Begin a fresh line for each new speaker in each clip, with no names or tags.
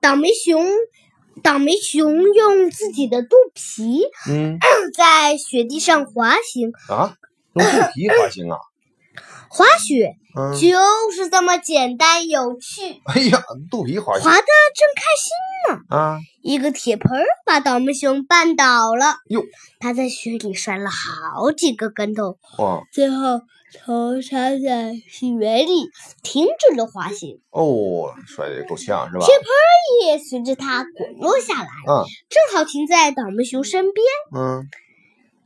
倒霉熊，倒霉熊用自己的肚皮
嗯
在雪地上滑行，
啊，用肚皮滑行啊？
滑雪
嗯，
就是这么简单有趣，
哎呀，肚皮滑行
滑得正开心。
啊！
一个铁盆儿把倒霉熊绊倒了，
哟，
他在雪里摔了好几个跟头，
哇
最后头插在雪里，停止了滑行。
哦，摔得够呛是吧？
铁盆儿也随着它滚落下来，
啊，
正好停在倒霉熊身边。
嗯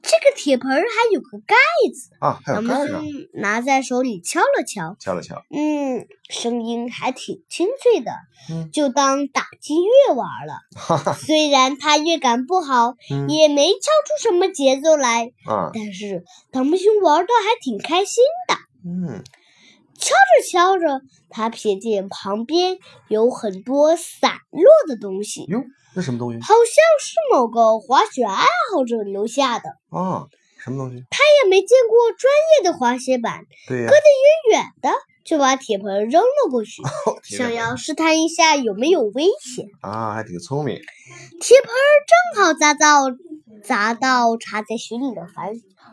这个铁盆儿还有个盖子，
啊，还
倒
有
霉
盖呢，
熊拿在手里敲了敲，
敲了敲，
嗯，声音还挺清脆的，
嗯
就当打击乐玩儿了。
哈哈，
虽然他乐感不好，
嗯
也没敲出什么节奏来，
啊，
但是倒霉熊玩的还挺开心的。
嗯，
敲着敲着，他瞥见旁边有很多散落的东西，
哟，那什么东西
好像是某个滑雪爱好者留下的。
啊？什么东西？
他也没见过专业的滑雪板，
对呀，
远远的就把铁盆扔了过 去，
哦铁
想
粉
要试探一下有没有危险。
啊，还挺聪明
铁盆儿正好砸到砸到插在雪里的反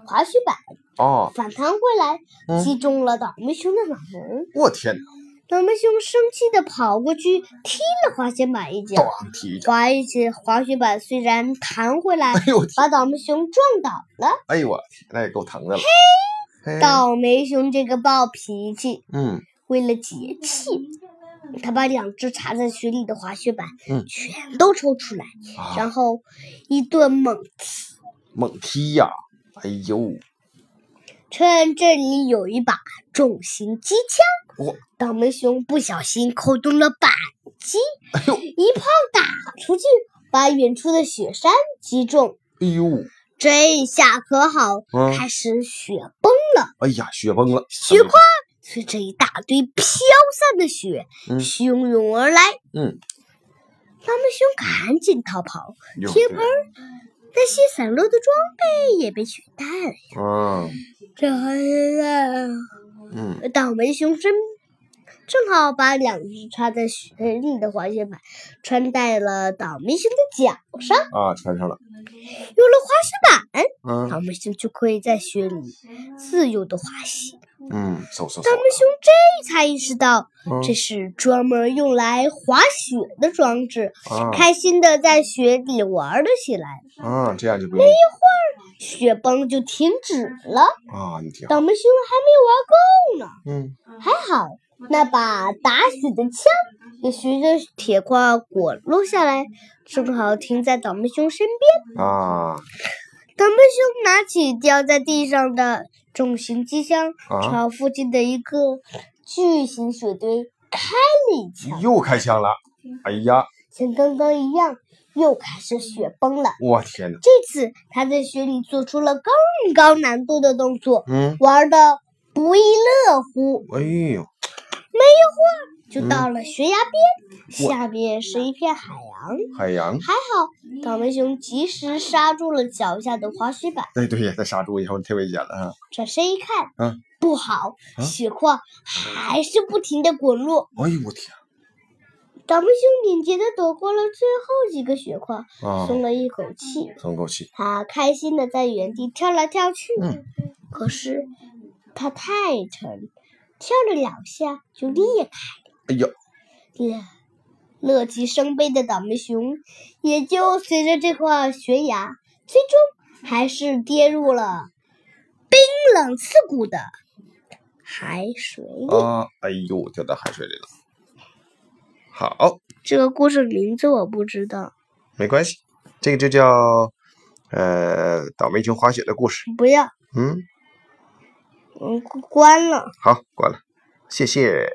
滑雪板，
哦。
反弹回来，
嗯
击中了倒霉熊的脑门。
我天哪，
倒霉熊生气地跑过去，踢了滑雪板一脚。
咣踢一脚，
滑一起，滑雪板虽然弹回来
哎，呦我天，
把倒霉熊撞倒了。
哎呦我天，那也够疼的了。嘿
倒霉熊这个暴脾气，
嗯，
为了解气，他把两只插在雪里的滑雪板
嗯
全都抽出来，
啊，
然后一顿猛踢。
猛踢呀！哎呦，
趁这里有一把重型机枪
哦，
倒霉熊不小心扣动了扳机，
哎呦，
一炮打出去，把远处的雪山击中。
哎呦，
这一下可好，
嗯
开始雪崩，
哎呀，雪崩了，
雪
哎呦
花随着一大堆飘散的雪
嗯
汹涌而来。
嗯，
倒霉熊赶紧逃跑，
哟
铁
对
盆儿那些散落的装备也被雪带了。
嗯
这还在
嗯，
倒霉熊身。正好把两只插在雪里的滑雪板穿在了倒霉熊的脚上，
啊，穿上了，
有了滑雪板，
嗯
倒霉熊就可以在雪里自由的滑行。
嗯，走走走
倒，霉熊这才意识到，
嗯
这是专门用来滑雪的装置，
啊
开心的在雪里玩了起来。
啊，这样就不用
雪崩就停止了，
啊，你挺好，
倒霉熊还没玩够呢。
嗯，
还好，那把打雪的枪也随着铁块滚落下来，正好停在倒霉熊身边。
啊
倒霉熊拿起掉在地上的重型机枪，
啊，
朝附近的一个巨型雪堆开了一枪，
又开枪了，哎呀，
像刚刚一样，又开始雪崩了。
我天哪，
这次他在雪里做出了更高难度的动作，
嗯，
玩的不亦乐乎。
哎呦，
就到
嗯
了悬崖边，下面是一片海洋。
海洋，
倒霉熊及时刹住了脚下的滑雪板，
哎对呀，再刹住以后太危险了啊，
转身一看，
嗯
不好，
啊
雪块还是不停的滚落。
哎呦我天
倒霉熊敏捷的躲过了最后几个雪块，
啊，
松了一口气。
松口气，
他开心的在原地跳来跳去，
嗯
可是它太沉，跳了两下就裂开
哎呦，
了。乐极生悲的倒霉熊也就随着这块悬崖，最终还是跌入了冰冷刺骨的海水里。
啊，哎呦，掉到海水里了，好，
这个故事名字我不知道，
没关系，这个就叫呃倒霉熊滑雪的故事，
不要，
嗯，
嗯，关了。
好，关了，谢谢。